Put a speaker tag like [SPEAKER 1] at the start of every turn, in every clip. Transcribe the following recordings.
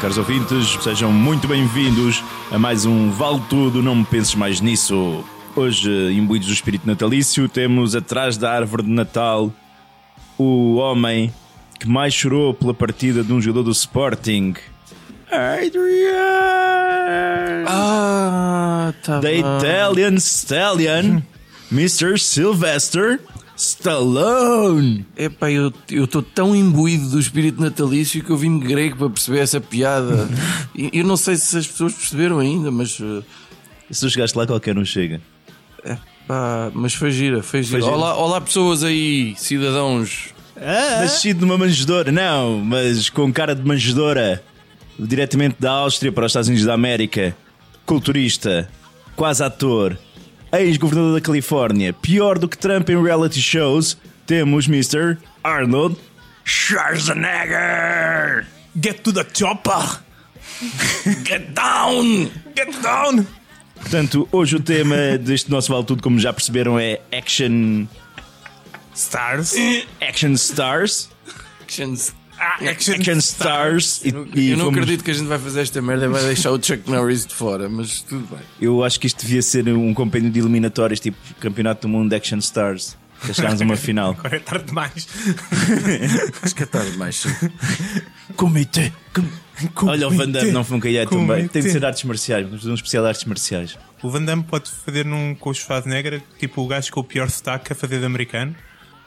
[SPEAKER 1] Caros ouvintes, sejam muito bem-vindos a mais um Vale Tudo, não me penses mais nisso. Hoje, imbuídos do espírito natalício, temos atrás da árvore de Natal o homem que mais chorou pela partida de um jogador do Sporting. Adrian!
[SPEAKER 2] Ah, tá
[SPEAKER 1] The Italian Stallion, Mr. Sylvester Stallone.
[SPEAKER 2] Epá, eu estou tão imbuído do espírito natalício que eu vim de grego para perceber essa piada. E eu não sei se as pessoas perceberam ainda, mas. eh,
[SPEAKER 1] Se tu chegaste lá, qualquer um chega.
[SPEAKER 2] Pá, mas foi gira, foi gira.
[SPEAKER 1] gira.
[SPEAKER 2] Olá, olá, pessoas aí, cidadãos.
[SPEAKER 1] Nascido numa manjedora, não, mas com cara de manjedora, diretamente da Áustria para os Estados Unidos da América, culturista, quase ator, ex-governador da Califórnia, pior do que Trump em reality shows, temos Mr. Arnold Schwarzenegger!
[SPEAKER 3] Get to the chopper! Get down! Get down!
[SPEAKER 1] Portanto, hoje o tema deste nosso Vale Tudo, como já perceberam, é Action,
[SPEAKER 3] Stars.
[SPEAKER 1] action Stars.
[SPEAKER 3] Ah, action.
[SPEAKER 1] Action Stars. E, e
[SPEAKER 2] eu não
[SPEAKER 1] vamos-
[SPEAKER 2] acredito que a gente vai fazer esta merda, vai deixar o Chuck Norris de fora, mas tudo bem.
[SPEAKER 1] Eu acho que isto devia ser um compêndio de eliminatórias, tipo Campeonato do Mundo de Action Stars. para chegarmos a uma final.
[SPEAKER 3] Agora é tarde demais.
[SPEAKER 2] Acho que é tarde mais cedo.
[SPEAKER 1] Comitê! Olha, o Van Damme não nunca ia tão bem.
[SPEAKER 3] Comitê.
[SPEAKER 1] Tem de ser artes marciais, vamos fazer um especial de artes marciais.
[SPEAKER 3] O Van Damme pode fazer num com o Schwarzenegger, tipo o gajo com o pior sotaque a fazer de americano.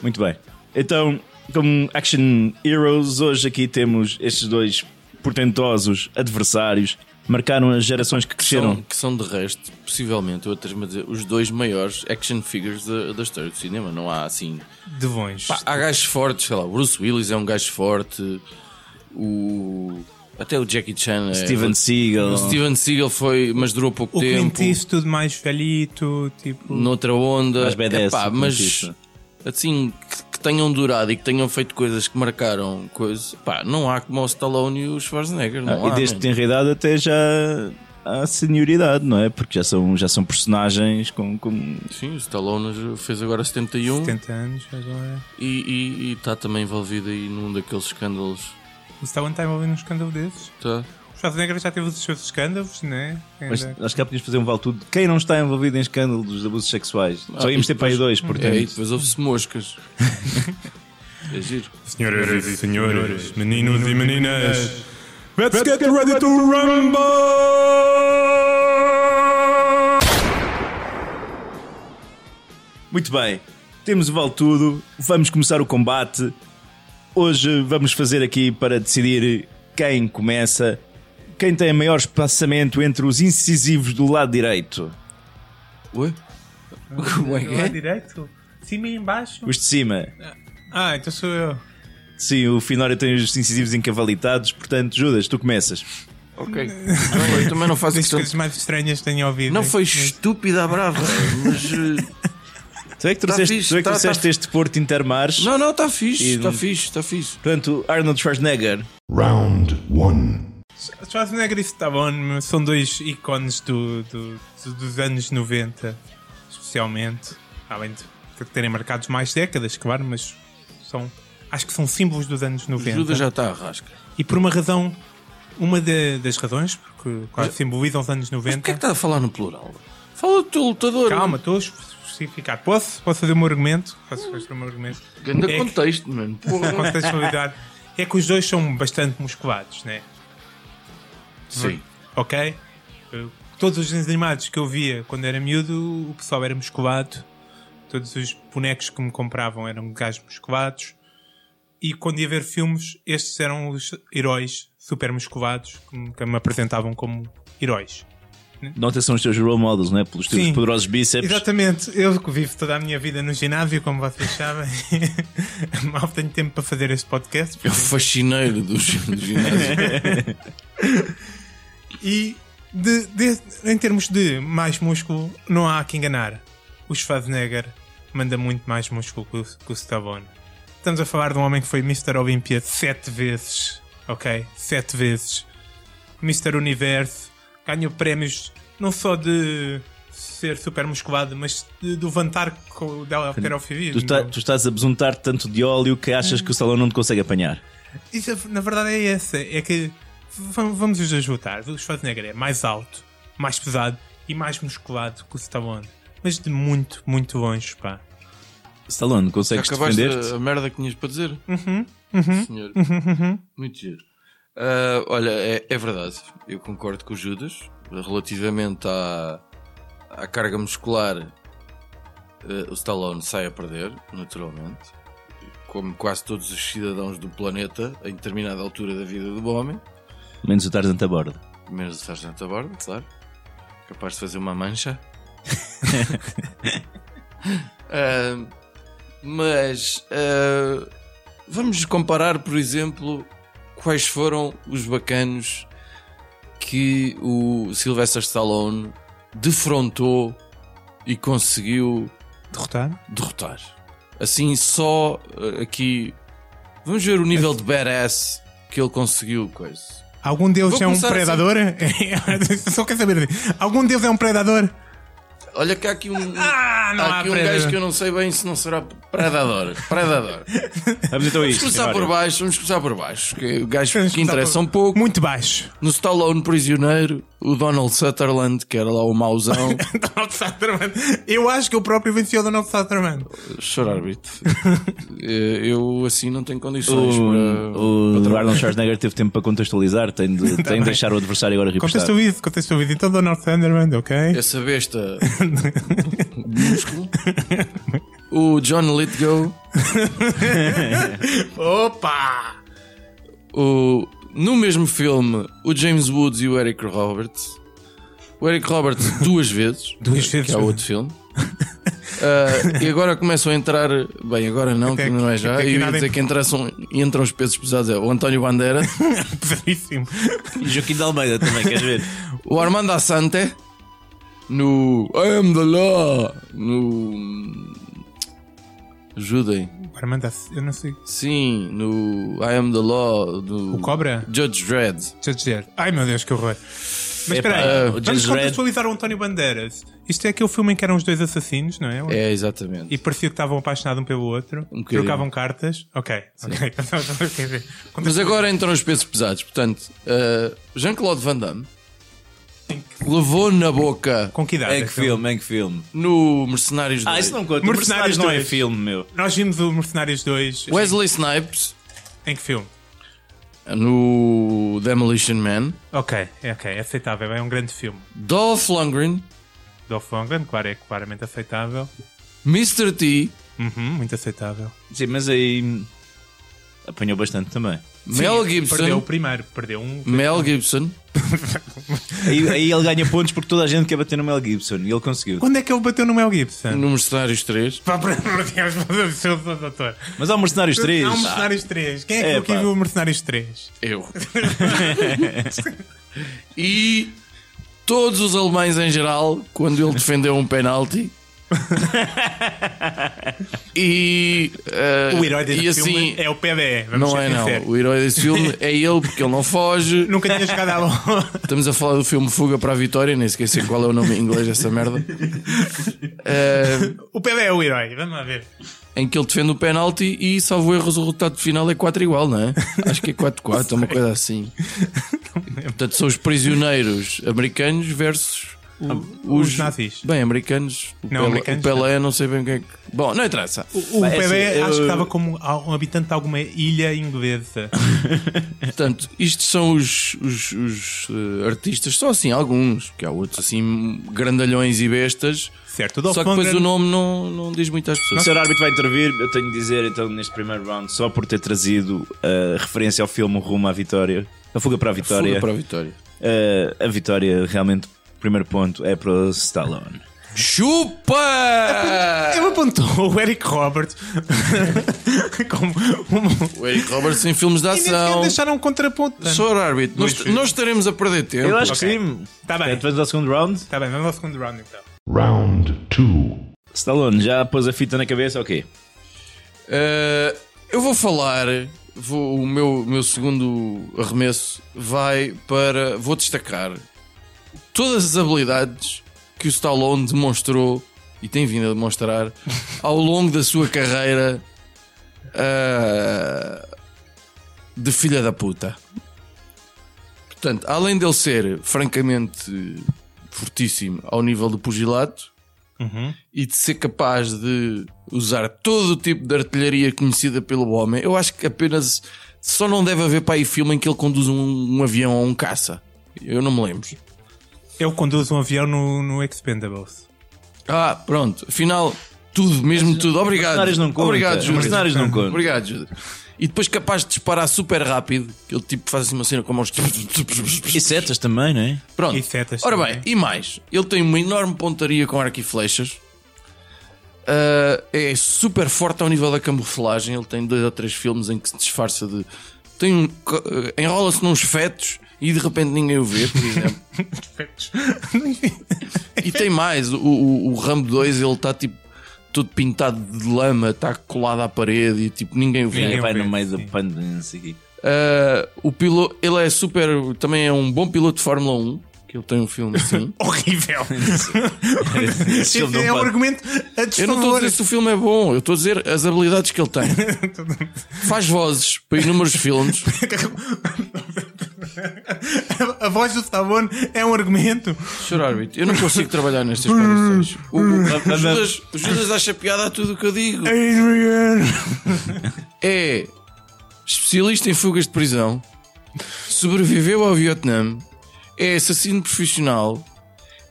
[SPEAKER 1] Muito bem. Então, como Action Heroes, hoje aqui temos estes dois portentosos adversários. Marcaram as gerações que
[SPEAKER 2] São,
[SPEAKER 1] cresceram.
[SPEAKER 2] que são de resto, possivelmente, outras, mas os dois maiores action figures da, da história do cinema. Não há assim
[SPEAKER 3] De bons.
[SPEAKER 2] Pá, há gajos fortes, sei lá, o Bruce Willis é um gajo forte, o. Até o Jackie Chan é.
[SPEAKER 1] Steven Seagal.
[SPEAKER 2] o Steven Seagal foi, mas durou pouco
[SPEAKER 3] o
[SPEAKER 2] tempo.
[SPEAKER 3] Clint Eastwood mais velhito, tipo...
[SPEAKER 2] Noutra onda.
[SPEAKER 1] Mais badass,
[SPEAKER 2] Epá,
[SPEAKER 1] o Clint
[SPEAKER 2] mas
[SPEAKER 1] Eastwood.
[SPEAKER 2] assim, que, que tenham durado e que tenham feito coisas que marcaram coisas. Pá, não há como o Stallone e o Schwarzenegger. Não
[SPEAKER 1] Ah,
[SPEAKER 2] há,
[SPEAKER 1] e
[SPEAKER 2] né?
[SPEAKER 1] desde
[SPEAKER 2] man.
[SPEAKER 1] que tem realidade até já há senioridade, não é? Porque já são, já são personagens com- com,
[SPEAKER 2] Sim, o Stallone fez agora 71
[SPEAKER 3] 70 anos agora.
[SPEAKER 2] e- e está também envolvido aí num daqueles escândalos.
[SPEAKER 3] O Stallone está envolvido num escândalo desses.
[SPEAKER 2] Tá?
[SPEAKER 3] O Schwarzenegger já teve os seus escândalos, né?
[SPEAKER 1] Mas
[SPEAKER 3] Ainda.
[SPEAKER 1] acho que já podíamos fazer um vale tudo. Quem não está envolvido em escândalo dos abusos sexuais? Só íamos ter para aí dois,
[SPEAKER 2] Ah, É, e
[SPEAKER 1] portanto.
[SPEAKER 2] depois houve-se moscas. é giro.
[SPEAKER 3] Senhoras e senhores, meninos e meninas, let's get ready to rumble!
[SPEAKER 1] Muito bem, temos o vale tudo. Vamos começar o combate. Hoje vamos fazer aqui para decidir quem começa, quem tem maior espaçamento entre os incisivos do lado direito.
[SPEAKER 2] Ué? Como é que
[SPEAKER 3] Lá
[SPEAKER 2] é?
[SPEAKER 3] direito? Cima e embaixo?
[SPEAKER 1] Os de cima.
[SPEAKER 3] Ah, então sou eu.
[SPEAKER 1] Sim, o Finório tem os incisivos encavalitados, portanto, Judas, tu começas.
[SPEAKER 2] Ok. Não, eu também não faço
[SPEAKER 3] As
[SPEAKER 2] questão.
[SPEAKER 3] coisas
[SPEAKER 2] de-
[SPEAKER 3] mais estranhas que tenho ouvido.
[SPEAKER 2] Não foi estúpida a brava, mas. eh,
[SPEAKER 1] Tu é que trouxeste,
[SPEAKER 2] fixe,
[SPEAKER 1] tu é que
[SPEAKER 2] tá-
[SPEAKER 1] trouxeste
[SPEAKER 2] tá-
[SPEAKER 1] este Porto Intermares.
[SPEAKER 2] Não, não, está
[SPEAKER 1] E-
[SPEAKER 2] fixe, está fixe, está fixe.
[SPEAKER 1] Portanto, Arnold Schwarzenegger.
[SPEAKER 4] Round one.
[SPEAKER 3] Schwarzenegger e Stallone mas são dois ícones do, do- do- dos anos 90, especialmente. Além de terem marcados mais décadas, claro, mas são. Acho que são símbolos dos anos 90.
[SPEAKER 2] Judas já está a rasca.
[SPEAKER 3] E por uma razão, uma da- das razões, porque quase simbolizam os anos
[SPEAKER 2] Mas
[SPEAKER 3] 90.
[SPEAKER 2] porquê é que tá- está a falar no plural? Fala do teu lutador.
[SPEAKER 3] Calma, estou a especificar. Posso? Posso fazer o meu argumento? Posso fazer o meu argumento?
[SPEAKER 2] Ganda
[SPEAKER 3] É que-
[SPEAKER 2] contexto, mano.
[SPEAKER 3] A
[SPEAKER 2] Porra.
[SPEAKER 3] contextualidade é que os dois são bastante musculados, né?
[SPEAKER 2] Sim.
[SPEAKER 3] Ok? Eu- Todos os desenhos animados que eu via quando era miúdo, o pessoal era musculado. Todos os bonecos que me compravam eram gajos musculados. E quando ia ver filmes, estes eram os heróis super musculados que me, que me apresentavam como heróis.
[SPEAKER 1] Nota são os teus role models, não é? Pelos teus
[SPEAKER 3] Sim.
[SPEAKER 1] poderosos bíceps.
[SPEAKER 3] Exatamente, eu que vivo toda a minha vida no ginásio, como vocês sabem. Mal tenho tempo para fazer este podcast.
[SPEAKER 2] É o fascineiro do, gi- do ginásio.
[SPEAKER 3] E de- de- em termos de mais músculo, não há que enganar. O Schwarzenegger manda muito mais músculo que o, que o Stallone. Estamos a falar de um homem que foi Mr. Olympia sete vezes. Ok? Sete vezes. Mr. Universo. Ganhou prémios não só de ser super musculado, mas de, de levantar com o dela
[SPEAKER 1] Tu, tá- tu estás a besuntar tanto de óleo que achas que o salão não te consegue apanhar.
[SPEAKER 3] Isso, é- na verdade é essa, é que v- vamos os dois votar. O Schwarzenegger é mais alto, mais pesado e mais musculado que o Stallone. Mas de muito, muito longe, pá.
[SPEAKER 1] Stallone,
[SPEAKER 2] Já
[SPEAKER 1] consegues
[SPEAKER 2] acabaste
[SPEAKER 1] defender-te?
[SPEAKER 2] a, a merda que tinhas para dizer?
[SPEAKER 3] Uhum.
[SPEAKER 2] Sim, senhor. Muito giro. Ah, olha, é, é verdade. Eu concordo com o Judas. Relativamente à, à carga muscular, eh, o Stallone sai a perder, naturalmente. Como quase todos os cidadãos do planeta, em determinada altura da vida do homem.
[SPEAKER 1] Menos o Tarzan a bordo.
[SPEAKER 2] Menos o Sargento a bordo, claro. Capaz de fazer uma mancha. Ah, mas ah, vamos comparar, por exemplo, quais foram os bacanos que o Sylvester Stallone defrontou e conseguiu
[SPEAKER 3] Derrotar?
[SPEAKER 2] derrotar. Assim, só ah, aqui. Vamos ver o nível de badass que ele conseguiu, coisa.
[SPEAKER 3] Algum deles
[SPEAKER 2] Vou
[SPEAKER 3] é um
[SPEAKER 2] começar assim.
[SPEAKER 3] predador? Só quer saber. Algum deles é um predador?
[SPEAKER 2] Olha que há aqui um,
[SPEAKER 3] Ah, não
[SPEAKER 2] há
[SPEAKER 3] há,
[SPEAKER 2] aqui um gajo
[SPEAKER 3] predador.
[SPEAKER 2] que eu não sei bem se não será predador. Predador.
[SPEAKER 1] Vamos então a
[SPEAKER 2] Vamos
[SPEAKER 1] isto.
[SPEAKER 2] começar por
[SPEAKER 1] Mário.
[SPEAKER 2] baixo, vamos começar por baixo. Que gajos
[SPEAKER 3] Vamos
[SPEAKER 2] que
[SPEAKER 3] começar
[SPEAKER 2] interessam
[SPEAKER 3] por-
[SPEAKER 2] pouco.
[SPEAKER 3] Muito baixo.
[SPEAKER 2] No Stallone Prisioneiro, o Donald Sutherland, que era lá o mauzão,
[SPEAKER 3] Donald Sutherland. Eu acho que eu próprio venci o Donald Sutherland.
[SPEAKER 2] chorar bit. Eu assim não tenho condições para.
[SPEAKER 1] O, o Arnold Schwarzenegger teve tempo para contextualizar, tem
[SPEAKER 2] Tá
[SPEAKER 1] de, tem de deixar o adversário agora repostar.
[SPEAKER 3] Contextualize, contextualize. Então, Donald Sutherland, ok?
[SPEAKER 2] Essa besta de músculo. O John Lithgow,
[SPEAKER 3] Opa!
[SPEAKER 2] o, no mesmo filme, o James Woods e o Eric Roberts. O Eric Roberts duas vezes.
[SPEAKER 3] Duas
[SPEAKER 2] que
[SPEAKER 3] vezes.
[SPEAKER 2] é outro filme. Ah, e agora começam a entrar. Bem, agora não,
[SPEAKER 3] Até
[SPEAKER 2] que não é
[SPEAKER 3] aqui-
[SPEAKER 2] já.
[SPEAKER 3] até aqui
[SPEAKER 2] E
[SPEAKER 3] nada
[SPEAKER 2] dizer
[SPEAKER 3] em-
[SPEAKER 2] que entram, entram os pesos pesados. É o António Bandeira,
[SPEAKER 3] Pesadíssimo.
[SPEAKER 1] E Joaquim de Almeida também, queres ver?
[SPEAKER 2] o Armando Assante, no I am the law, no. Ajudem.
[SPEAKER 3] Armando, eu não sei.
[SPEAKER 2] Sim, no I am the law, do.
[SPEAKER 3] O Cobra?
[SPEAKER 2] Judge Dredd.
[SPEAKER 3] Deixa eu dizer. Ai meu Deus, que horror. Mas
[SPEAKER 1] Epá,
[SPEAKER 3] espera
[SPEAKER 1] o
[SPEAKER 3] aí,
[SPEAKER 1] James
[SPEAKER 3] vamos
[SPEAKER 1] Red-
[SPEAKER 3] contextualizar o António Bandeiras. Isto é aquele filme em que eram os dois assassinos, não é?
[SPEAKER 2] É, exatamente.
[SPEAKER 3] E parecia que estavam apaixonados um pelo outro,
[SPEAKER 2] bocadinho.
[SPEAKER 3] trocavam cartas. Ok, ok. então Quer dizer,
[SPEAKER 2] Mas agora entram os pesos pesados. Portanto, ah, Jean-Claude Van Damme levou na boca
[SPEAKER 3] Com que idade?
[SPEAKER 1] Em
[SPEAKER 3] é
[SPEAKER 1] que
[SPEAKER 3] que ele-
[SPEAKER 1] filme, em que filme?
[SPEAKER 2] no Mercenários
[SPEAKER 1] Ah,
[SPEAKER 2] 2.
[SPEAKER 1] isso não conta.
[SPEAKER 3] Mercenários
[SPEAKER 1] Mercenários não é
[SPEAKER 3] dois.
[SPEAKER 1] filme, meu.
[SPEAKER 3] Nós vimos o Mercenários 2.
[SPEAKER 2] Wesley Snipes
[SPEAKER 3] Em que filme?
[SPEAKER 2] no Demolition Man,
[SPEAKER 3] Ok, é ok, é aceitável. É um grande filme.
[SPEAKER 2] Dolph Lundgren,
[SPEAKER 3] Dolph Lundgren, claro, é claramente aceitável.
[SPEAKER 2] Mr. T,
[SPEAKER 3] Uhum, muito aceitável.
[SPEAKER 1] Sim, mas aí apanhou bastante também.
[SPEAKER 2] Mel
[SPEAKER 3] Sim,
[SPEAKER 2] Gibson,
[SPEAKER 3] Perdeu o primeiro, perdeu um.
[SPEAKER 2] Mel Gibson,
[SPEAKER 1] Aí, aí ele ganha pontos porque toda a gente quer bater no Mel Gibson e ele conseguiu.
[SPEAKER 3] Quando é que ele bateu no Mel Gibson?
[SPEAKER 2] no Mercenários 3,
[SPEAKER 3] Pá, pelo amor de Deus, eu sou o doutor.
[SPEAKER 1] Mas há o Mercenários 3.
[SPEAKER 3] Não, um Mercenários 3. Quem é que
[SPEAKER 1] Ah. É,
[SPEAKER 3] eu que
[SPEAKER 1] pá.
[SPEAKER 3] viu o Mercenários 3?
[SPEAKER 2] eu. e todos os alemães em geral, quando ele defendeu um penalti. e ah,
[SPEAKER 3] O herói desse
[SPEAKER 2] e
[SPEAKER 3] filme
[SPEAKER 2] assim,
[SPEAKER 3] é o PDE. Vamos
[SPEAKER 2] não
[SPEAKER 3] ser
[SPEAKER 2] é não.
[SPEAKER 3] sinceros.
[SPEAKER 2] O herói desse filme é ele porque ele não foge.
[SPEAKER 3] Nunca tinha jogado à bola.
[SPEAKER 2] Estamos a falar do filme Fuga para a Vitória, nem esqueci qual é o nome em inglês dessa merda. Eh,
[SPEAKER 3] O PDE é o herói. Vamos lá ver.
[SPEAKER 2] em que ele defende o penalti e, salvo erro, o resultado final é 4 igual, não é? Acho que é 4-4, uma coisa assim. Portanto, são os prisioneiros americanos versus
[SPEAKER 3] Os, nazis.
[SPEAKER 2] Bem, americanos. O
[SPEAKER 3] Não,
[SPEAKER 2] Pelé,
[SPEAKER 3] americanos,
[SPEAKER 2] o Pelé não. sei bem o que é que. Bom, não interessa.
[SPEAKER 3] O, o
[SPEAKER 1] Bem, é
[SPEAKER 3] PDE
[SPEAKER 1] assim,
[SPEAKER 3] acho
[SPEAKER 1] eu-
[SPEAKER 3] que estava como um habitante de alguma ilha inglesa.
[SPEAKER 2] Portanto, isto são os, os- os, eh, artistas, só assim alguns, porque há outros assim grandalhões e bestas.
[SPEAKER 3] Certo, o
[SPEAKER 2] Só
[SPEAKER 3] Dolph
[SPEAKER 2] que depois
[SPEAKER 3] Lundgren-
[SPEAKER 2] o nome não, não diz muito às
[SPEAKER 1] O
[SPEAKER 2] pessoas.
[SPEAKER 1] senhor árbitro vai intervir. Eu tenho de dizer, então, neste primeiro round, só por ter trazido a referência ao filme Rumo à Vitória, A Fuga para a Vitória,
[SPEAKER 2] Fuga para a Vitória.
[SPEAKER 1] eh, a vitória realmente, primeiro ponto, é para o Stallone.
[SPEAKER 2] Chupa!
[SPEAKER 3] Ele apontou o Eric Roberts como um.
[SPEAKER 2] O Eric Roberts em filmes de
[SPEAKER 3] E nem sequer
[SPEAKER 2] ação.
[SPEAKER 3] deixaram um contraponto.
[SPEAKER 2] Senhor árbitro, nós, nós estaremos a perder tempo.
[SPEAKER 1] Eu acho
[SPEAKER 3] Ok.
[SPEAKER 1] que sim.
[SPEAKER 3] Tá bem.
[SPEAKER 1] Portanto, Vamos ao segundo round.
[SPEAKER 3] Está bem, vamos ao segundo round então.
[SPEAKER 4] Round 2.
[SPEAKER 1] Stallone já pôs a fita na cabeça, ok.
[SPEAKER 2] Eh, eu vou falar. Vou, o meu, meu segundo arremesso vai para. Vou destacar todas as habilidades que o Stallone demonstrou e tem vindo a demonstrar ao longo da sua carreira ah, de filha da puta. Portanto, além dele ser francamente fortíssimo ao nível do pugilato
[SPEAKER 3] Uhum.
[SPEAKER 2] e de ser capaz de usar todo o tipo de artilharia conhecida pelo homem, eu acho que apenas só não deve haver para aí filme em que ele conduz um, um avião ou um caça. Eu não me lembro.
[SPEAKER 3] Eu conduzo um avião no, no Expendables.
[SPEAKER 2] Ah, pronto. Afinal, tudo, mesmo tudo. Obrigado.
[SPEAKER 1] Mercenários não conta.
[SPEAKER 2] Obrigado, Júlio.
[SPEAKER 1] Mercenários não conta.
[SPEAKER 2] Obrigado, Júlio. E depois capaz de disparar super rápido. Aquele tipo que faz assim uma cena com tipo, mãos.
[SPEAKER 1] E setas também, não é?
[SPEAKER 2] Pronto.
[SPEAKER 3] E setas
[SPEAKER 2] Ora
[SPEAKER 3] também.
[SPEAKER 2] bem, e mais? Ele tem uma enorme pontaria com arco e flechas. Ah, é super forte ao nível da camuflagem. Ele tem dois ou três filmes em que se disfarça de. Tem um... co- Enrola-se nos fetos e de repente ninguém o vê, por exemplo. E tem mais, o, o, o Rambo 2 ele está tipo todo pintado de lama, está colado à parede e tipo ninguém o vê.
[SPEAKER 3] Ninguém. Eu
[SPEAKER 1] é vai no
[SPEAKER 3] penso,
[SPEAKER 1] meio da
[SPEAKER 3] sim.
[SPEAKER 1] panda, não sei o quê.
[SPEAKER 2] Ah, o piloto, ele é super, também é um bom piloto de Fórmula 1, que ele tem um filme assim.
[SPEAKER 3] Horrível.
[SPEAKER 1] Esse filme não
[SPEAKER 3] é um
[SPEAKER 1] pode-
[SPEAKER 3] argumento a
[SPEAKER 2] Eu não estou a
[SPEAKER 3] desfavor.
[SPEAKER 2] dizer se o filme é bom, eu estou a dizer as habilidades que ele tem. Faz vozes para inúmeros filmes.
[SPEAKER 3] A- A voz do Stallone é um argumento.
[SPEAKER 2] Senhor árbitro, eu não consigo trabalhar nestas condições. O, o- o Judas, o Judas acha piada a tudo o que eu digo.
[SPEAKER 3] Adrian.
[SPEAKER 2] é especialista em fugas de prisão, sobreviveu ao Vietnã, é assassino profissional,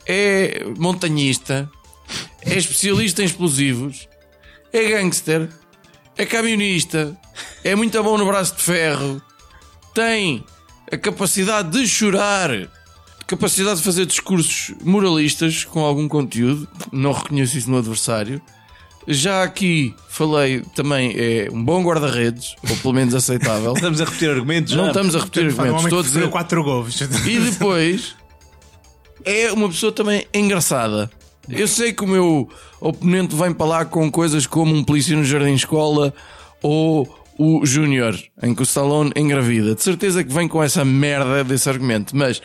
[SPEAKER 2] é montanhista, é especialista em explosivos, é gangster, é camionista, é muito bom no braço de ferro, tem a capacidade de chorar, capacidade de fazer discursos moralistas com algum conteúdo, não reconheço isso no adversário. Já aqui falei também, é um bom guarda-redes, ou pelo menos aceitável.
[SPEAKER 1] Estamos a repetir argumentos,
[SPEAKER 2] não
[SPEAKER 1] já.
[SPEAKER 2] estamos a repetir
[SPEAKER 3] Fala, Um
[SPEAKER 2] argumentos, estou
[SPEAKER 3] homem que
[SPEAKER 2] a dizer.
[SPEAKER 3] sofreu 4 gols.
[SPEAKER 2] E depois é uma pessoa também engraçada. Eu sei que o meu oponente vem para lá com coisas como um polícia no jardim de escola ou o Júnior, em que o Stallone engravida. De certeza que vem com essa merda desse argumento, mas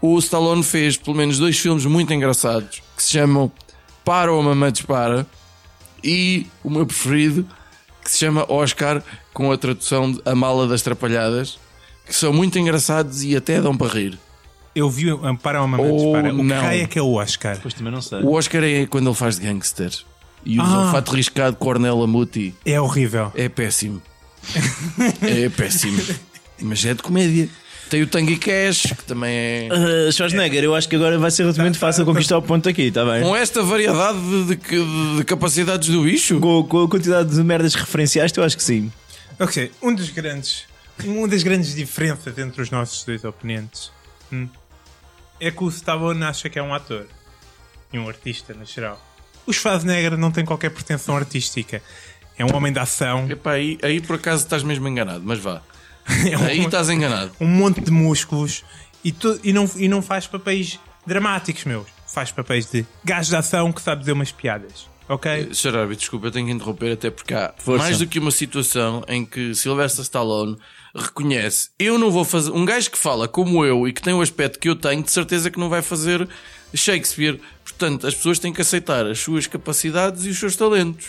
[SPEAKER 2] o Stallone fez pelo menos dois filmes muito engraçados que se chamam Para ou Mamã Dispara e o meu preferido que se chama Oscar com a tradução de A Mala das Trapalhadas que são muito engraçados e até dão para rir.
[SPEAKER 3] Eu vi o Amparo a Mamãe
[SPEAKER 2] Oh,
[SPEAKER 3] Dispara. O que
[SPEAKER 2] não.
[SPEAKER 3] cai é que é o Oscar.
[SPEAKER 1] Pois também não sei.
[SPEAKER 2] O Oscar é quando ele faz de gangster e usa
[SPEAKER 3] Ah.
[SPEAKER 2] um fato riscado Cornela Muti.
[SPEAKER 3] É horrível.
[SPEAKER 2] É péssimo. é péssimo. Mas é de comédia. Tem o Tanguy Cash, que também é.
[SPEAKER 1] Ah, Schwarzenegger, eu acho que agora vai ser relativamente fácil conquistar o ponto aqui, está bem?
[SPEAKER 2] Com esta variedade de, de- de- de capacidades do bicho.
[SPEAKER 1] Com, com a quantidade de merdas que referenciaste, eu acho que sim.
[SPEAKER 3] Ok, um dos grandes. Uma das grandes diferenças entre os nossos dois oponentes hum, é que o Stallone acha que é um ator e um artista, no geral. O Schwarzenegger não tem qualquer pretensão artística. É um homem de ação,
[SPEAKER 2] Epá, aí, aí por acaso estás mesmo enganado, mas vá.
[SPEAKER 3] é um,
[SPEAKER 2] Aí estás enganado.
[SPEAKER 3] um monte de músculos e, tu- e não, e não faz papéis dramáticos, meus. Faz papéis de gajo de ação que sabe dizer umas piadas. Ok?
[SPEAKER 2] Sr. Árbitro, desculpa, eu tenho que interromper até porque há
[SPEAKER 1] Força.
[SPEAKER 2] mais do que uma situação em que Sylvester Stallone reconhece eu não vou fazer... Um gajo que fala como eu e que tem o aspecto que eu tenho, de certeza que não vai fazer Shakespeare. Portanto, as pessoas têm que aceitar as suas capacidades e os seus talentos.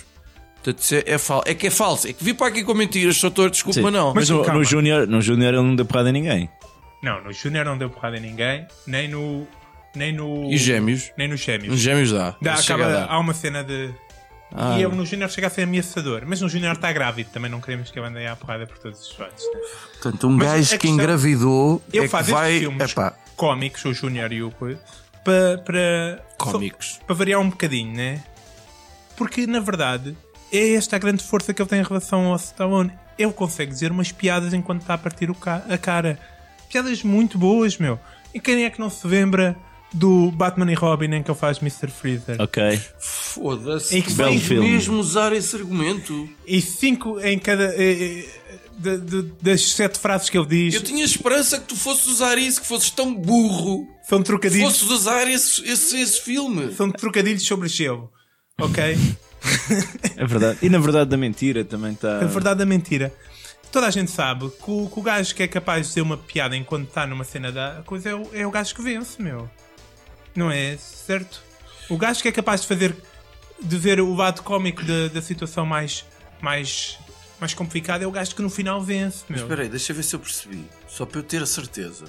[SPEAKER 2] Portanto, isso é, é, fal... é que é falso. É que vi para aqui com mentiras, Sr. Doutor, desculpa,
[SPEAKER 1] Sim.
[SPEAKER 2] mas não.
[SPEAKER 1] Mas, no,
[SPEAKER 3] calma.
[SPEAKER 1] no Júnior no Júnior ele não deu porrada a ninguém.
[SPEAKER 2] É.
[SPEAKER 3] Não, no Júnior não deu porrada em ninguém, nem no. Nem no.
[SPEAKER 2] E gêmeos?
[SPEAKER 3] Nem nos Gêmeos.
[SPEAKER 2] Os gêmeos dá.
[SPEAKER 3] Dá,
[SPEAKER 2] Mas chega
[SPEAKER 3] acaba-
[SPEAKER 2] a dar.
[SPEAKER 3] há uma cena de.
[SPEAKER 2] Ah.
[SPEAKER 3] E eu no Júnior chega a ser ameaçador. Mas no Júnior está grávido, também não queremos que a banda ia à porrada por todos os lados. né?
[SPEAKER 2] Portanto, um
[SPEAKER 3] Mas
[SPEAKER 2] gajo
[SPEAKER 3] a
[SPEAKER 2] que
[SPEAKER 3] questão-
[SPEAKER 2] engravidou
[SPEAKER 3] Eu
[SPEAKER 2] é que
[SPEAKER 3] faço
[SPEAKER 2] vai...
[SPEAKER 3] estes filmes
[SPEAKER 2] Epá,
[SPEAKER 3] cómicos, o Júnior e o coisa, para. para
[SPEAKER 2] Cómicos.
[SPEAKER 3] só- Para variar um bocadinho, né? Porque na verdade é esta a grande força que ele tem em relação ao Stallone. Ele consegue dizer umas piadas enquanto está a partir o ca- a cara. Piadas muito boas, meu. E quem é que não se lembra do Batman e Robin em que ele faz Mr. Freezer?
[SPEAKER 1] Ok.
[SPEAKER 2] foda-se.
[SPEAKER 3] É que
[SPEAKER 1] belo
[SPEAKER 2] Vais
[SPEAKER 1] filme.
[SPEAKER 2] mesmo usar esse argumento.
[SPEAKER 3] E cinco em cada. eh, eh, de- de- das sete frases que ele diz
[SPEAKER 2] Eu tinha esperança que tu fosses usar isso, que fosses tão burro,
[SPEAKER 3] são
[SPEAKER 2] que
[SPEAKER 3] trocadilhos.
[SPEAKER 2] fosses usar esse, esse, esse filme.
[SPEAKER 3] São trocadilhos sobre gelo. Ok?
[SPEAKER 1] É verdade. E na verdade da mentira também tá- está.
[SPEAKER 3] A verdade da mentira. Toda a gente sabe que o, que o gajo que é capaz de dizer uma tá piada enquanto está numa cena da coisa é o, é o gajo que vence, meu. Não é certo? O gajo que é capaz de fazer de ver o lado cómico da, da situação mais, mais, mais complicada é o gajo que no final vence, meu.
[SPEAKER 2] Espera aí, deixa eu ver se eu percebi. Só para eu ter a certeza.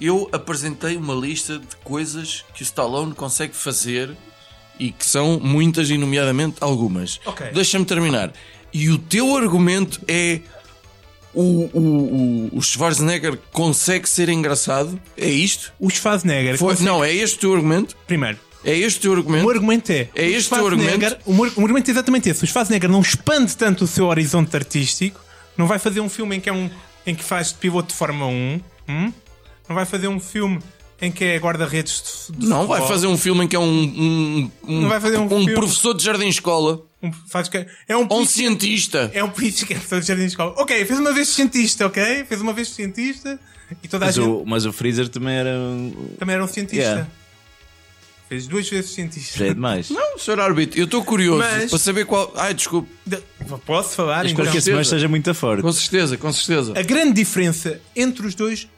[SPEAKER 2] Eu apresentei uma lista de coisas que o Stallone consegue fazer e que são muitas e nomeadamente algumas.
[SPEAKER 3] Ok.
[SPEAKER 2] Deixa-me terminar. E o teu argumento é o, o, o, o Schwarzenegger consegue ser engraçado? É isto?
[SPEAKER 3] O Schwarzenegger.
[SPEAKER 2] Foi- não, é este o teu argumento?
[SPEAKER 3] Primeiro,
[SPEAKER 2] É este o teu argumento?
[SPEAKER 3] o argumento é.
[SPEAKER 2] É este o teu
[SPEAKER 3] Schwarzenegger-
[SPEAKER 2] argumento?
[SPEAKER 3] O, mor- o argumento é exatamente esse. O Schwarzenegger não expande tanto o seu horizonte artístico, não vai fazer um filme em que, é um, em que faz de piloto de Fórmula 1, hum? não vai fazer um filme em que é guarda-redes de, de
[SPEAKER 2] Não vai
[SPEAKER 3] futebol.
[SPEAKER 2] fazer um filme em que é um, um, um,
[SPEAKER 3] Não vai fazer um filme.
[SPEAKER 2] professor de jardim-escola
[SPEAKER 3] Um- faz que- é um
[SPEAKER 2] ou um
[SPEAKER 3] polícia-
[SPEAKER 2] cientista.
[SPEAKER 3] É um político que é jardim de escola. Ok, fez uma vez de cientista, ok? Fez uma vez de cientista e toda a
[SPEAKER 1] Mas
[SPEAKER 3] gente
[SPEAKER 1] o, mas o Freezer também era. um-
[SPEAKER 3] também era um cientista.
[SPEAKER 1] Yeah.
[SPEAKER 3] Fez duas vezes de cientista.
[SPEAKER 1] Já é demais.
[SPEAKER 2] Não, senhor árbitro, eu estou curioso
[SPEAKER 3] Mas-
[SPEAKER 2] para saber qual. Ai, desculpe.
[SPEAKER 3] De- Posso falar?
[SPEAKER 2] Mas
[SPEAKER 3] Então?
[SPEAKER 1] Espero que esse
[SPEAKER 2] certeza.
[SPEAKER 1] mais seja muito forte.
[SPEAKER 2] Com certeza, com certeza.
[SPEAKER 3] A grande diferença entre os dois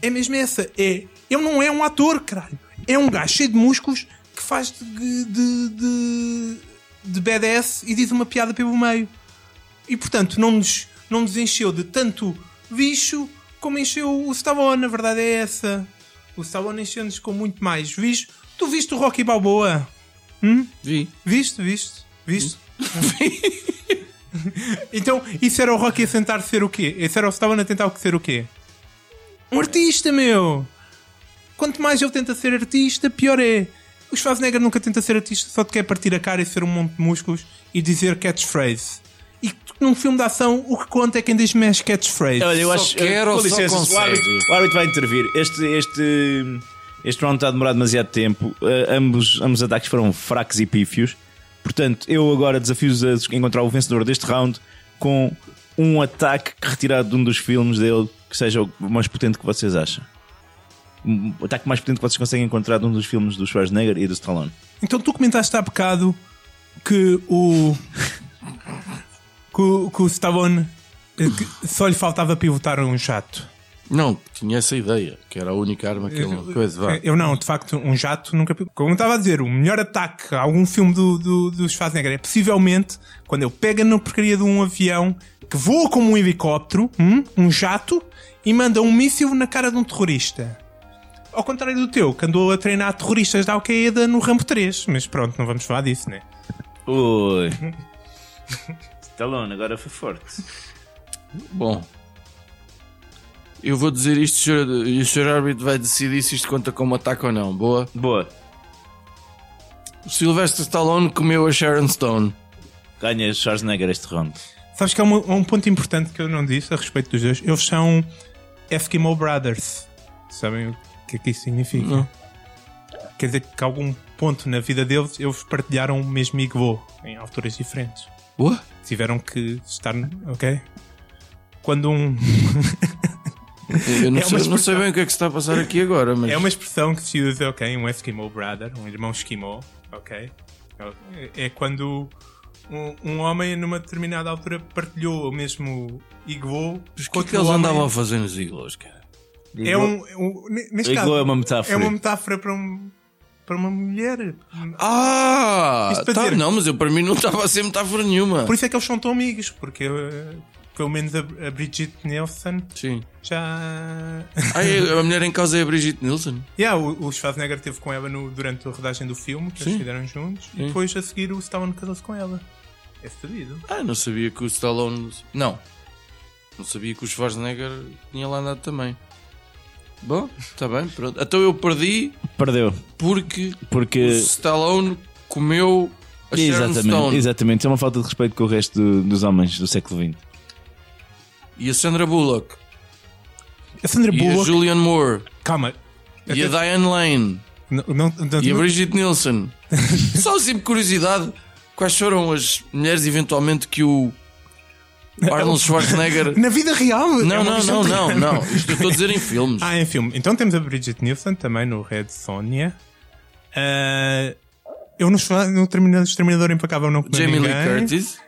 [SPEAKER 3] é mesmo essa. É, ele não é um ator, caralho. É um gajo cheio de músculos que faz de, de, de, de BDS e diz uma piada pelo meio. E portanto não nos, não nos encheu de tanto bicho como encheu o Stallone, a verdade é essa. O Stallone encheu-nos com muito mais bicho. Tu viste o Rocky Balboa?
[SPEAKER 2] Vi.
[SPEAKER 3] Viste, viste, viste. então, isso era o Rocky a tentar ser o quê? Isso era o Stallone a tentar ser o quê? Um artista, meu! Quanto mais ele tenta ser artista, pior é. O Schwarzenegger nunca tenta ser artista, só te quer partir a cara e ser um monte de músculos e dizer catchphrase. E num filme de ação, o que conta é quem diz mais catchphrase.
[SPEAKER 1] Olha, eu
[SPEAKER 2] Só
[SPEAKER 1] acho
[SPEAKER 2] quer ou
[SPEAKER 1] com
[SPEAKER 2] só
[SPEAKER 1] licença,
[SPEAKER 2] consegue?
[SPEAKER 1] o árbitro, o árbitro vai intervir. Este, este, este round está a demorar demasiado tempo. Uh, ambos, ambos os ataques foram fracos e pífios. Portanto, eu agora desafio-os a encontrar o vencedor deste round com um ataque retirado de um dos filmes dele que seja o mais potente que vocês acham. Um ataque mais potente que vocês conseguem encontrar de um dos filmes do Schwarzenegger e do Stallone.
[SPEAKER 3] Então tu comentaste há bocado que o. que, o- que o Stallone eh, que só lhe faltava pivotar um jato.
[SPEAKER 2] Não, tinha essa ideia, que era a única arma que ele. Coisa, vá.
[SPEAKER 3] Eu não, de facto, um jato nunca. Como eu estava a dizer, o melhor ataque a algum filme do, do, do Schwarzenegger é possivelmente quando ele pega na porcaria de um avião que voa como um helicóptero, hum, um jato, e manda um míssil na cara de um terrorista. Ao contrário do teu, que andou a treinar terroristas da Al-Qaeda no Rambo 3. Mas pronto, não vamos falar disso, né?
[SPEAKER 1] Ui. Stallone, agora foi forte.
[SPEAKER 2] Bom. Eu vou dizer isto senhor- e o senhor árbitro vai decidir se isto conta como ataque ou não. Boa.
[SPEAKER 1] Boa.
[SPEAKER 2] O Sylvester Stallone comeu a Sharon Stone.
[SPEAKER 1] Ganha Schwarzenegger este round.
[SPEAKER 3] Sabes que há um, há um ponto importante que eu não disse a respeito dos dois. Eles são Eskimo Brothers. Sabem o que é que isso significa?
[SPEAKER 2] Não.
[SPEAKER 3] Quer dizer que a algum ponto na vida deles eles partilharam o mesmo igloo em alturas diferentes.
[SPEAKER 2] Boa.
[SPEAKER 3] Tiveram que estar. Ok? Quando um.
[SPEAKER 2] Eu não,
[SPEAKER 3] É
[SPEAKER 2] sei,
[SPEAKER 3] uma
[SPEAKER 2] não sei bem o que é que se está a passar aqui agora, mas.
[SPEAKER 3] É uma expressão que se usa, ok? Um Eskimo brother, um irmão esquimó, ok? É é quando um, um homem numa determinada altura partilhou o mesmo igloo.
[SPEAKER 2] Mas o que
[SPEAKER 3] com
[SPEAKER 2] é que
[SPEAKER 3] outro
[SPEAKER 2] eles
[SPEAKER 3] homem.
[SPEAKER 2] andavam a fazer nos iglos, cara?
[SPEAKER 3] É um, é um- ne- neste
[SPEAKER 1] O
[SPEAKER 3] caso,
[SPEAKER 1] igloo é uma metáfora.
[SPEAKER 3] é uma metáfora para, um- para uma mulher.
[SPEAKER 2] Ah!
[SPEAKER 3] Isto para
[SPEAKER 2] tá,
[SPEAKER 3] dizer-
[SPEAKER 2] não, mas eu para mim não estava a ser metáfora nenhuma.
[SPEAKER 3] Por isso é que eles são tão amigos, porque eh, pelo menos a, a Brigitte Nielsen
[SPEAKER 2] Sim.
[SPEAKER 3] já.
[SPEAKER 2] Ah, é- a mulher em causa é a Brigitte Nielsen.
[SPEAKER 3] yeah, o, o Schwarzenegger esteve com ela no- durante a rodagem do filme, que eles
[SPEAKER 2] Sim.
[SPEAKER 3] fizeram juntos,
[SPEAKER 2] Sim.
[SPEAKER 3] e depois a seguir o Stallone casou-se com ela. É sabido.
[SPEAKER 2] Ah, não sabia que o Stallone. Não. Não sabia que o Schwarzenegger tinha lá andado também. Bom, está bem, pronto. Então eu perdi
[SPEAKER 1] Perdeu.
[SPEAKER 2] porque o
[SPEAKER 1] Porque.
[SPEAKER 2] Stallone comeu a Sharon
[SPEAKER 1] Eh, Exatamente,
[SPEAKER 2] Stone.
[SPEAKER 1] exatamente. É uma falta de respeito com o resto do- dos homens do século XX.
[SPEAKER 2] E a Sandra Bullock.
[SPEAKER 3] A Sandra
[SPEAKER 2] E a
[SPEAKER 3] Bullock.
[SPEAKER 2] Julianne Moore.
[SPEAKER 3] Calma.
[SPEAKER 2] E a Diane Lane.
[SPEAKER 3] Não, não, não-
[SPEAKER 2] E a Brigitte Nielsen. Só assim por curiosidade, quais foram as mulheres eventualmente que o Arnold Schwarzenegger.
[SPEAKER 3] Na vida real? É
[SPEAKER 2] Não,
[SPEAKER 3] uma
[SPEAKER 2] não,
[SPEAKER 3] questão
[SPEAKER 2] não,
[SPEAKER 3] de-
[SPEAKER 2] não, não. Isto eu estou a dizer em filmes.
[SPEAKER 3] Ah, em filme. Então temos a Bridget Nielsen também no Red Sonja. Ah, eu no, Schwa- no Terminador, Exterminador Impacável não comi
[SPEAKER 2] Jamie Lee
[SPEAKER 3] ninguém.
[SPEAKER 2] Curtis.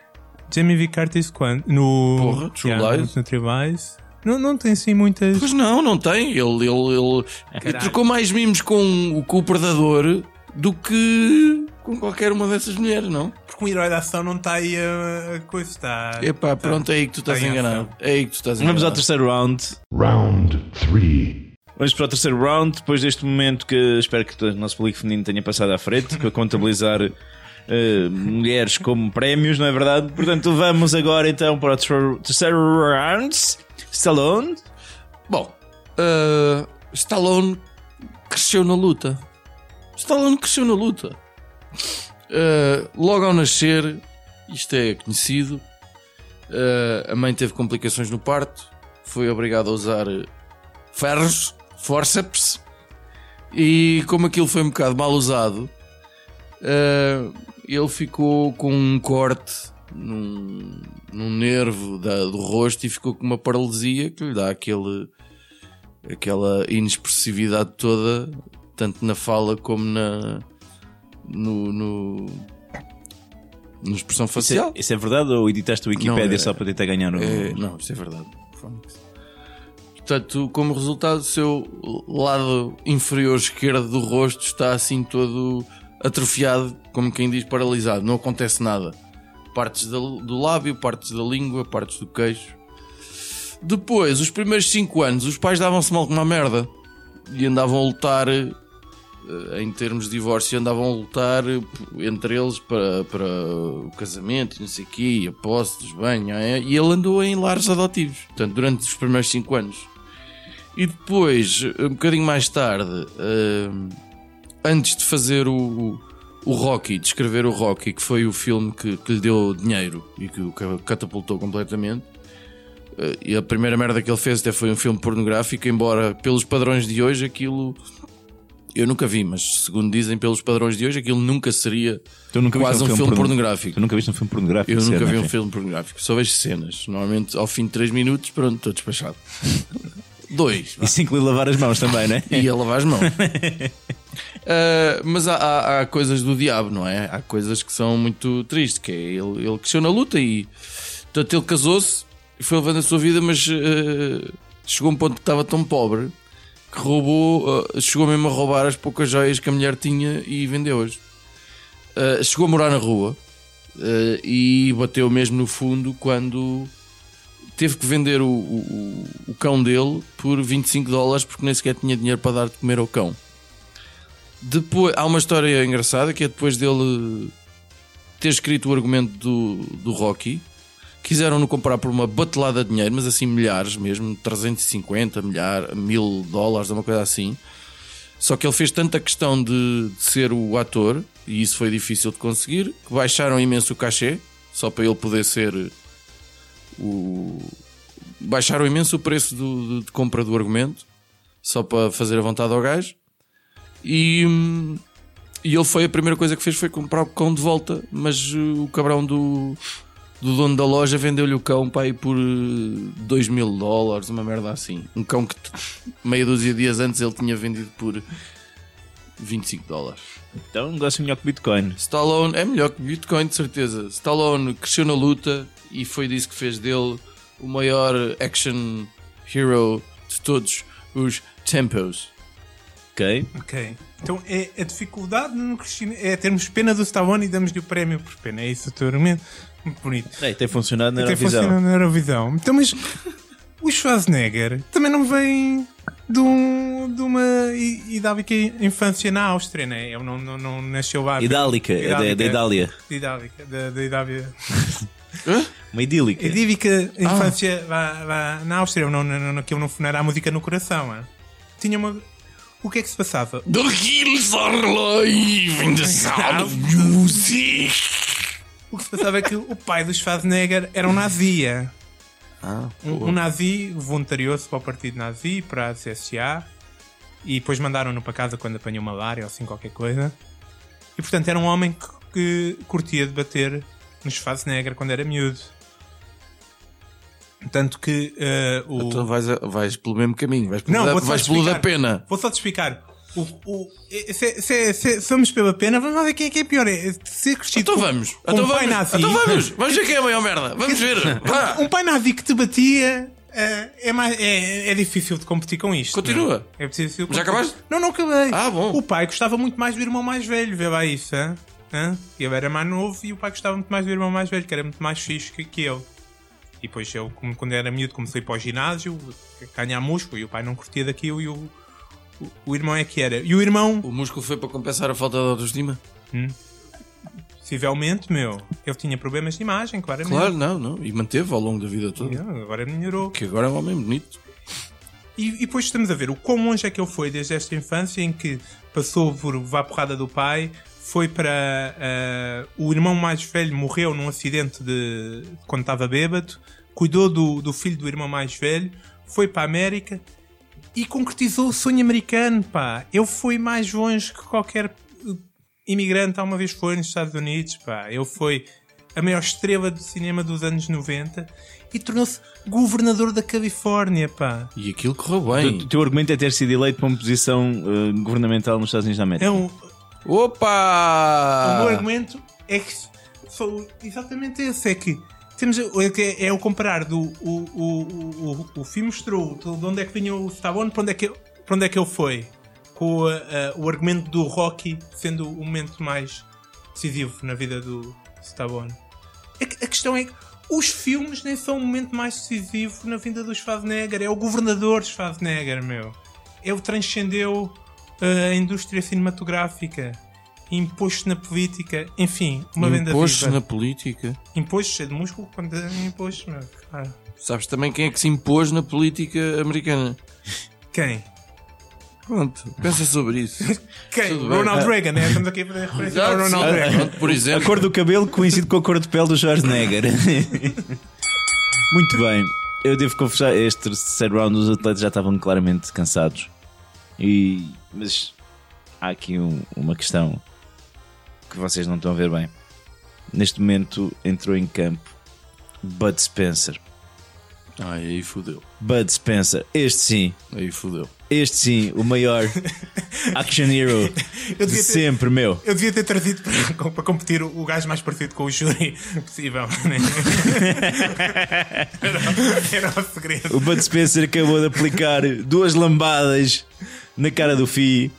[SPEAKER 3] Jamie Lee Curtis quando? No...
[SPEAKER 2] Porra, True Lies.
[SPEAKER 3] No, True Lies. Não, não tem assim muitas...
[SPEAKER 2] Pois não, não tem. Ele, ele, ele, ele trocou mais mimos com, o- com o Predador do que com qualquer uma dessas mulheres, não?
[SPEAKER 3] Porque um herói da ação não está aí a, a coisa, tá. está.
[SPEAKER 2] Epá, pronto, é aí que tu estás
[SPEAKER 3] Tem
[SPEAKER 2] enganado.
[SPEAKER 3] Tá ação.
[SPEAKER 2] É aí que tu estás enganado.
[SPEAKER 1] Vamos ao terceiro round.
[SPEAKER 4] Round 3.
[SPEAKER 1] Vamos para o terceiro round, depois deste momento que espero que o nosso público feminino tenha passado à frente, para contabilizar eh, mulheres como prémios, não é verdade? Portanto, vamos agora então para o terceiro- terceiro round. Stallone.
[SPEAKER 2] Bom, ah, Stallone cresceu na luta. Stallone cresceu na luta. Ah, logo ao nascer, isto é conhecido, ah, a mãe teve complicações no parto, foi obrigada a usar eh, ferros, forceps, e como aquilo foi um bocado mal usado, ah, ele ficou com um corte num, num nervo da- do rosto e ficou com uma paralisia que lhe dá aquele, aquela inexpressividade toda, tanto na fala como na no, no- na expressão
[SPEAKER 1] Isso é,
[SPEAKER 2] facial.
[SPEAKER 1] isso é verdade ou editaste o Wikipedia
[SPEAKER 2] Não, é-
[SPEAKER 1] só para tentar ganhar o.
[SPEAKER 2] É, não, isso é verdade. Phonics. Portanto, como resultado, o seu lado inferior esquerdo do rosto está assim todo atrofiado, como quem diz, paralisado. Não acontece nada. Partes da- do lábio, partes da língua, partes do queixo. Depois, os primeiros 5 anos, os pais davam-se mal com uma merda e andavam a lutar eh, em termos de divórcio, andavam a lutar eh, p- entre eles para, para o casamento, e não sei o quê, e a posse dos bens, não é? e ele andou em lares adotivos, portanto, durante os primeiros 5 anos. E depois, um bocadinho mais tarde, eh, antes de fazer o, o Rocky, de escrever o Rocky, que foi o filme que, que lhe deu dinheiro e que o ca- catapultou completamente. eh, E a primeira merda que ele fez até foi um filme pornográfico, embora pelos padrões de hoje aquilo eu nunca vi, mas segundo dizem pelos padrões de hoje aquilo nunca seria
[SPEAKER 1] Tu nunca viste
[SPEAKER 2] quase um filme,
[SPEAKER 1] porno-
[SPEAKER 2] pornográfico.
[SPEAKER 1] Tu nunca viste um filme pornográfico?
[SPEAKER 2] Eu
[SPEAKER 1] sério,
[SPEAKER 2] nunca vi
[SPEAKER 1] não é?
[SPEAKER 2] um filme pornográfico, só vejo cenas. Normalmente ao fim de 3 minutos, pronto, estou despachado. Dois. vá
[SPEAKER 1] Isso inclui lavar as mãos também, não é?
[SPEAKER 2] e a lavar as mãos. Ah, mas há, há- há coisas do diabo, não é? Há coisas que são muito tristes, que é ele, ele cresceu na luta e portanto ele casou-se e foi levando a sua vida, mas ah, chegou a um ponto que estava tão pobre que roubou, ah, chegou mesmo a roubar as poucas joias que a mulher tinha e vendeu-as. Ah, chegou a morar na rua ah, e bateu mesmo no fundo quando teve que vender o, o- o- o cão dele por 25 dólares porque nem sequer tinha dinheiro para dar de comer ao cão. Depois, há uma história engraçada que é depois dele ter escrito o argumento do, do Rocky, quiseram-no comprar por uma batelada de dinheiro, mas assim milhares mesmo, 350 milhar, mil dólares, uma coisa assim. Só que ele fez tanta questão de, de ser o ator, e isso foi difícil de conseguir, que baixaram imenso o cachê, só para ele poder ser o- baixaram imenso o preço do- do- de compra do argumento, só para fazer a vontade ao gajo. E, hum, e ele foi, a primeira coisa que fez foi comprar o cão de volta, mas uh, o cabrão do, do dono da loja vendeu-lhe o cão pai, por 2 mil dólares, uma merda assim. Um cão que t- meia dúzia de dias antes ele tinha vendido por 25 dólares.
[SPEAKER 1] Então, um negócio melhor que Bitcoin.
[SPEAKER 2] Stallone é melhor que Bitcoin, de certeza. Stallone cresceu na luta e foi disso que fez dele o maior action hero de todos os tempos.
[SPEAKER 1] Ok.
[SPEAKER 3] Ok. Então é a dificuldade no crescimento. É termos pena do Stallone e damos-lhe o prémio por pena. É isso o teu argumento? Muito bonito.
[SPEAKER 1] É, tem funcionado na
[SPEAKER 3] Até
[SPEAKER 1] Eurovisão.
[SPEAKER 3] funciona na Eurovisão. Então, mas o Schwarzenegger também não vem de, um, de uma i- idálica infância na Áustria, né? Ele não, não, não nasceu lá.
[SPEAKER 1] Idálica, é da-
[SPEAKER 3] Idálica.
[SPEAKER 1] da Idália.
[SPEAKER 3] De Idálica, da, da Idália.
[SPEAKER 1] Uma idílica.
[SPEAKER 3] Idílica infância lá, lá na Áustria, não, não, não, aquilo não funera a música no coração. ah. Tinha uma. O que é que se passava?
[SPEAKER 2] The hills are alive in the sound of music.
[SPEAKER 3] O que se passava é que o pai do Schwarzenegger era um nazia.
[SPEAKER 2] Ah,
[SPEAKER 3] um, um nazi voluntariou-se para o partido nazi, para a CSA, e depois mandaram-no para casa quando apanhou malária ou assim qualquer coisa. E portanto era um homem que, que curtia debater no Schwarzenegger quando era miúdo. Tanto que eh, o.
[SPEAKER 2] Então vais, a- vais pelo mesmo caminho, vais pelo,
[SPEAKER 3] Não,
[SPEAKER 2] da,
[SPEAKER 3] vou-te só
[SPEAKER 2] vais pelo da
[SPEAKER 3] explicar.
[SPEAKER 2] pena.
[SPEAKER 3] Vou só te explicar. O, o, se, se, se- se vamos pela pena, vamos lá ver quem é que é pior. É ser crescido
[SPEAKER 2] Então
[SPEAKER 3] com-
[SPEAKER 2] vamos,
[SPEAKER 3] com
[SPEAKER 2] então
[SPEAKER 3] um pai
[SPEAKER 2] vamos,
[SPEAKER 3] nazi.
[SPEAKER 2] então vamos, vamos ver quem é a maior merda, vamos ver. Pá.
[SPEAKER 3] Um pai nazi que um te batia É, é mais, é, é difícil de competir com isto.
[SPEAKER 2] Continua.
[SPEAKER 3] não É É difícil
[SPEAKER 2] Já
[SPEAKER 3] competir.
[SPEAKER 2] acabaste?
[SPEAKER 3] Não, não acabei.
[SPEAKER 2] Ah, bom.
[SPEAKER 3] O pai gostava muito mais do irmão mais velho, vê lá isso. Hã? Hã? Ele era mais novo e o pai gostava muito mais do irmão mais velho, que era muito mais fixe que, que ele. E depois eu, como- quando era miúdo, comecei a ir para o ginásio, a ganhar músculo, e o pai não curtia daquilo, e o, o, o irmão é que era. E o irmão,
[SPEAKER 2] O músculo foi para compensar a falta de autoestima?
[SPEAKER 3] possivelmente, meu, ele tinha problemas de imagem, claramente.
[SPEAKER 2] Claro, não, não. E manteve ao longo da vida toda.
[SPEAKER 3] Não, agora melhorou.
[SPEAKER 2] Que agora é um homem bonito.
[SPEAKER 3] E, e depois estamos a ver o quão longe é que ele foi desde esta infância em que passou por vá à porrada do pai, foi para. ah, o irmão mais velho morreu num acidente de quando estava bêbado, cuidou do, do filho do irmão mais velho, foi para a América e concretizou o sonho americano, pá. Ele foi mais longe que qualquer uh, imigrante alguma vez foi nos Estados Unidos, pá. Ele foi a maior estrela do cinema dos anos 90 e tornou-se governador da Califórnia, pá.
[SPEAKER 2] E aquilo correu
[SPEAKER 1] O
[SPEAKER 2] bem.
[SPEAKER 1] teu argumento é ter sido eleito para uma posição eh, governamental nos Estados Unidos da América.
[SPEAKER 3] É um, um bom
[SPEAKER 2] Opa!
[SPEAKER 3] argumento é que foi exatamente esse, é que temos é que é o comparar do o, o, o, o, o filme mostrou de onde é que vinha o Stallone para onde é que para onde é que ele foi com a- a- o argumento do Rocky sendo o momento mais decisivo na vida do Stallone. É que- a questão é que os filmes nem são o momento mais decisivo na vinda do Schwarzenegger. É o governador Schwarzenegger, meu. Ele transcendeu uh, a indústria cinematográfica. Imposto na política. Enfim, uma venda
[SPEAKER 2] Imposto
[SPEAKER 3] viva.
[SPEAKER 2] na política.
[SPEAKER 3] Imposto cheio de músculo quando é imposto, meu. Cara.
[SPEAKER 2] Sabes também quem é que se impôs na política americana?
[SPEAKER 3] Quem?
[SPEAKER 2] Pronto, pensa sobre isso.
[SPEAKER 3] Quem?
[SPEAKER 2] Tudo bem. Ah.
[SPEAKER 3] Ronald Reagan, né? Estamos aqui a fazer referência ao Ronald
[SPEAKER 2] Exato. Ah,
[SPEAKER 3] Reagan.
[SPEAKER 2] Pronto, por
[SPEAKER 1] A
[SPEAKER 2] exemplo.
[SPEAKER 1] um cor do cabelo coincide com a cor de pele do Schwarzenegger. Muito bem. Eu devo confessar, este terceiro round os atletas já estavam claramente cansados. E, mas há aqui um- uma questão que vocês não estão a ver bem. Neste momento entrou em campo Bud Spencer.
[SPEAKER 2] Ai, aí fodeu.
[SPEAKER 1] Bud Spencer, este sim,
[SPEAKER 2] Aí fodeu.
[SPEAKER 1] este sim, o maior action hero
[SPEAKER 2] ah,
[SPEAKER 3] Eu
[SPEAKER 1] de
[SPEAKER 3] devia ter-
[SPEAKER 1] sempre, meu.
[SPEAKER 3] Eu devia ter trazido para, para competir o, o gajo mais parecido com o júri possível, né? era, era o segredo.
[SPEAKER 1] O Bud Spencer acabou de aplicar duas lambadas na cara do Fi.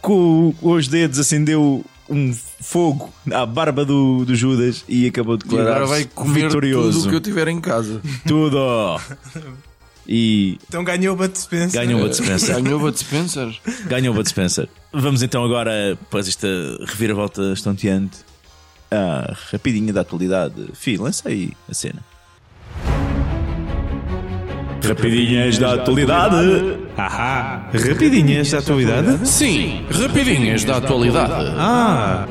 [SPEAKER 1] Com os dedos acendeu um fogo à barba do, do Judas e acabou de
[SPEAKER 2] E agora vai
[SPEAKER 1] declarar-se
[SPEAKER 2] comer
[SPEAKER 1] vitorioso.
[SPEAKER 2] tudo o que eu tiver em casa.
[SPEAKER 1] Tudo. E
[SPEAKER 3] Então ganhou o Bud Spencer.
[SPEAKER 1] ganhou o Bud Spencer.
[SPEAKER 2] Ganhou o Bud Spencer.
[SPEAKER 1] Ganhou o Bud Spencer. Vamos então agora, após esta reviravolta estonteante, à rapidinha da atualidade. Fi, lança aí a cena. Rapidinhas da atualidade.
[SPEAKER 3] Ahá. Rapidinhas da atualidade.
[SPEAKER 2] Sim, rapidinhas da atualidade.
[SPEAKER 3] Ah.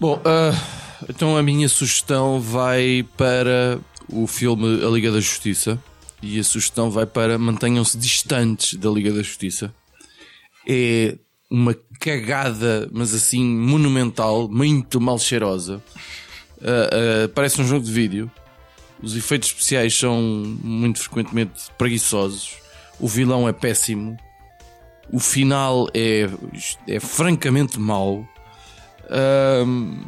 [SPEAKER 2] Bom, ah, então a minha sugestão vai para o filme A Liga da Justiça. E a sugestão vai para mantenham-se distantes da Liga da Justiça. É uma cagada, mas assim, monumental, muito mal cheirosa. Ah, ah, parece um jogo de vídeo. Os efeitos especiais são muito frequentemente preguiçosos. O vilão é péssimo. O final é, é francamente mau. Ahm,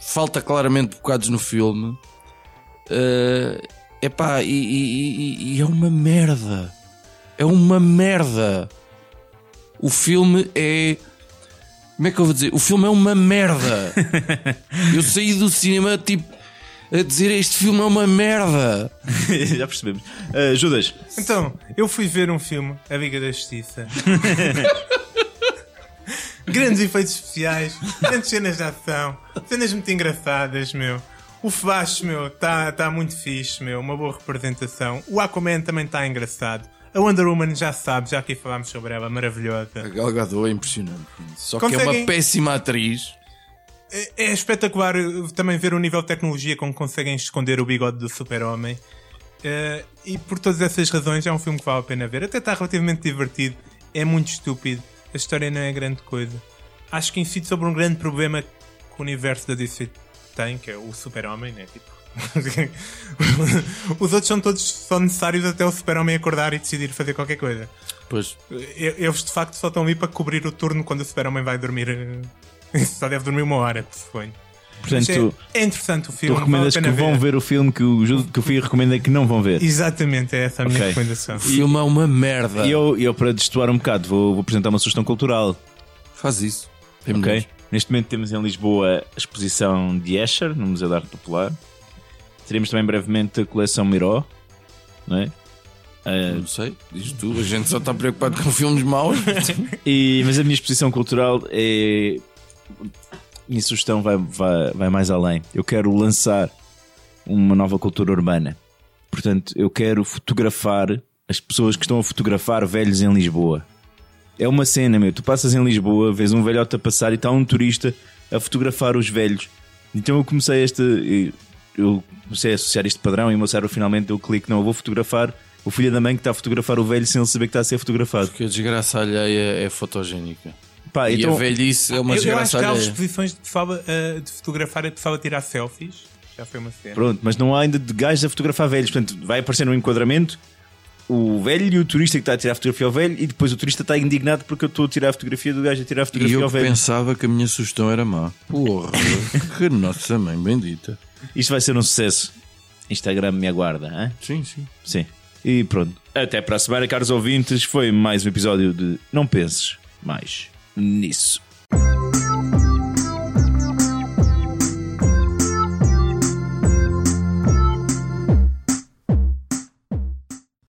[SPEAKER 2] falta claramente bocados no filme. Ah, epá, e, e- e- e é uma merda. É uma merda. O filme é. Como é que eu vou dizer? O filme é uma merda. eu saí do cinema tipo a dizer este filme é uma merda.
[SPEAKER 1] Já percebemos. Ah, Judas,
[SPEAKER 3] Então, eu fui ver um filme, A Liga da Justiça. grandes efeitos especiais, grandes cenas de ação, cenas muito engraçadas, meu. O Flash, meu, está tá muito fixe, meu. Uma boa representação. O Aquaman também está engraçado. A Wonder Woman já sabe, já aqui falámos sobre ela,
[SPEAKER 2] A
[SPEAKER 3] maravilhosa.
[SPEAKER 2] Gal Gadot é impressionante. Só que é
[SPEAKER 3] Conseguem-
[SPEAKER 2] uma péssima atriz.
[SPEAKER 3] É, é espetacular eh, também ver o nível de tecnologia como conseguem esconder o bigode do super-homem. Eh, e por todas essas razões é um filme que vale a pena ver. Até está relativamente divertido. É muito estúpido. A história não é grande coisa. Acho que incide sobre um grande problema que o universo da DC tem, que é o super-homem, né? Tipo... Os outros são todos só necessários até o super-homem acordar e decidir fazer qualquer coisa.
[SPEAKER 2] Pois.
[SPEAKER 3] E- Eles de facto só estão ali para cobrir o turno quando o super-homem vai dormir. eh, Só deve dormir uma hora, suponho.
[SPEAKER 1] Portanto,
[SPEAKER 3] Sim,
[SPEAKER 1] tu,
[SPEAKER 3] é interessante o
[SPEAKER 1] tu
[SPEAKER 3] filme. vale
[SPEAKER 1] recomendas
[SPEAKER 3] a
[SPEAKER 1] que
[SPEAKER 3] pena
[SPEAKER 1] vão ver o filme que o, Judo- que o Fih recomenda que não vão ver.
[SPEAKER 3] Exatamente, é essa a minha
[SPEAKER 1] Ok.
[SPEAKER 3] recomendação.
[SPEAKER 2] O filme é uma merda.
[SPEAKER 1] E eu, eu, para destoar um bocado, vou, vou apresentar uma sugestão cultural.
[SPEAKER 2] Faz isso. É Tem
[SPEAKER 1] Ok?
[SPEAKER 2] mulheres.
[SPEAKER 1] Neste momento temos em Lisboa a exposição de Escher, no Museu de Arte Popular. Teremos também brevemente a coleção Miró, não é?
[SPEAKER 2] Não sei, diz tu. A gente só está preocupado com filmes maus.
[SPEAKER 1] E- mas a minha exposição cultural é. Minha sugestão vai, vai, vai mais além. Eu quero lançar uma nova cultura urbana. Portanto, eu quero fotografar as pessoas que estão a fotografar velhos em Lisboa. É uma cena, meu. Tu passas em Lisboa, vês um velhote a passar e está um turista a fotografar os velhos. Então eu comecei este. Eu comecei a associar este padrão e o meu cérebro finalmente deu o clique. Não, eu vou fotografar o filho da mãe que está a fotografar o velho sem ele saber que está a ser fotografado.
[SPEAKER 2] Porque a desgraça alheia é fotogénica.
[SPEAKER 1] Pá,
[SPEAKER 2] e
[SPEAKER 1] então,
[SPEAKER 2] a velhice é uma
[SPEAKER 3] eu, eu acho
[SPEAKER 2] desgraça
[SPEAKER 3] que há
[SPEAKER 2] alheia.
[SPEAKER 3] exposições de, pessoal, eh, de fotografar a pessoal a tirar selfies. Já foi uma cena.
[SPEAKER 1] Pronto, mas não há ainda de gajos a fotografar velhos. Portanto, vai aparecer no enquadramento o velho e o turista que está a tirar a fotografia ao velho, e depois o turista está indignado porque eu estou a tirar a fotografia do gajo a tirar a
[SPEAKER 2] E
[SPEAKER 1] fotografia
[SPEAKER 2] eu
[SPEAKER 1] ao
[SPEAKER 2] que
[SPEAKER 1] velho.
[SPEAKER 2] pensava que a minha sugestão era má. Porra, que nossa mãe bendita.
[SPEAKER 1] Isto vai ser um sucesso. Instagram me aguarda, hein?
[SPEAKER 2] Sim, sim.
[SPEAKER 1] Sim. E pronto. Até para a semana, caros ouvintes. Foi mais um episódio de Não Penses Mais Nisso.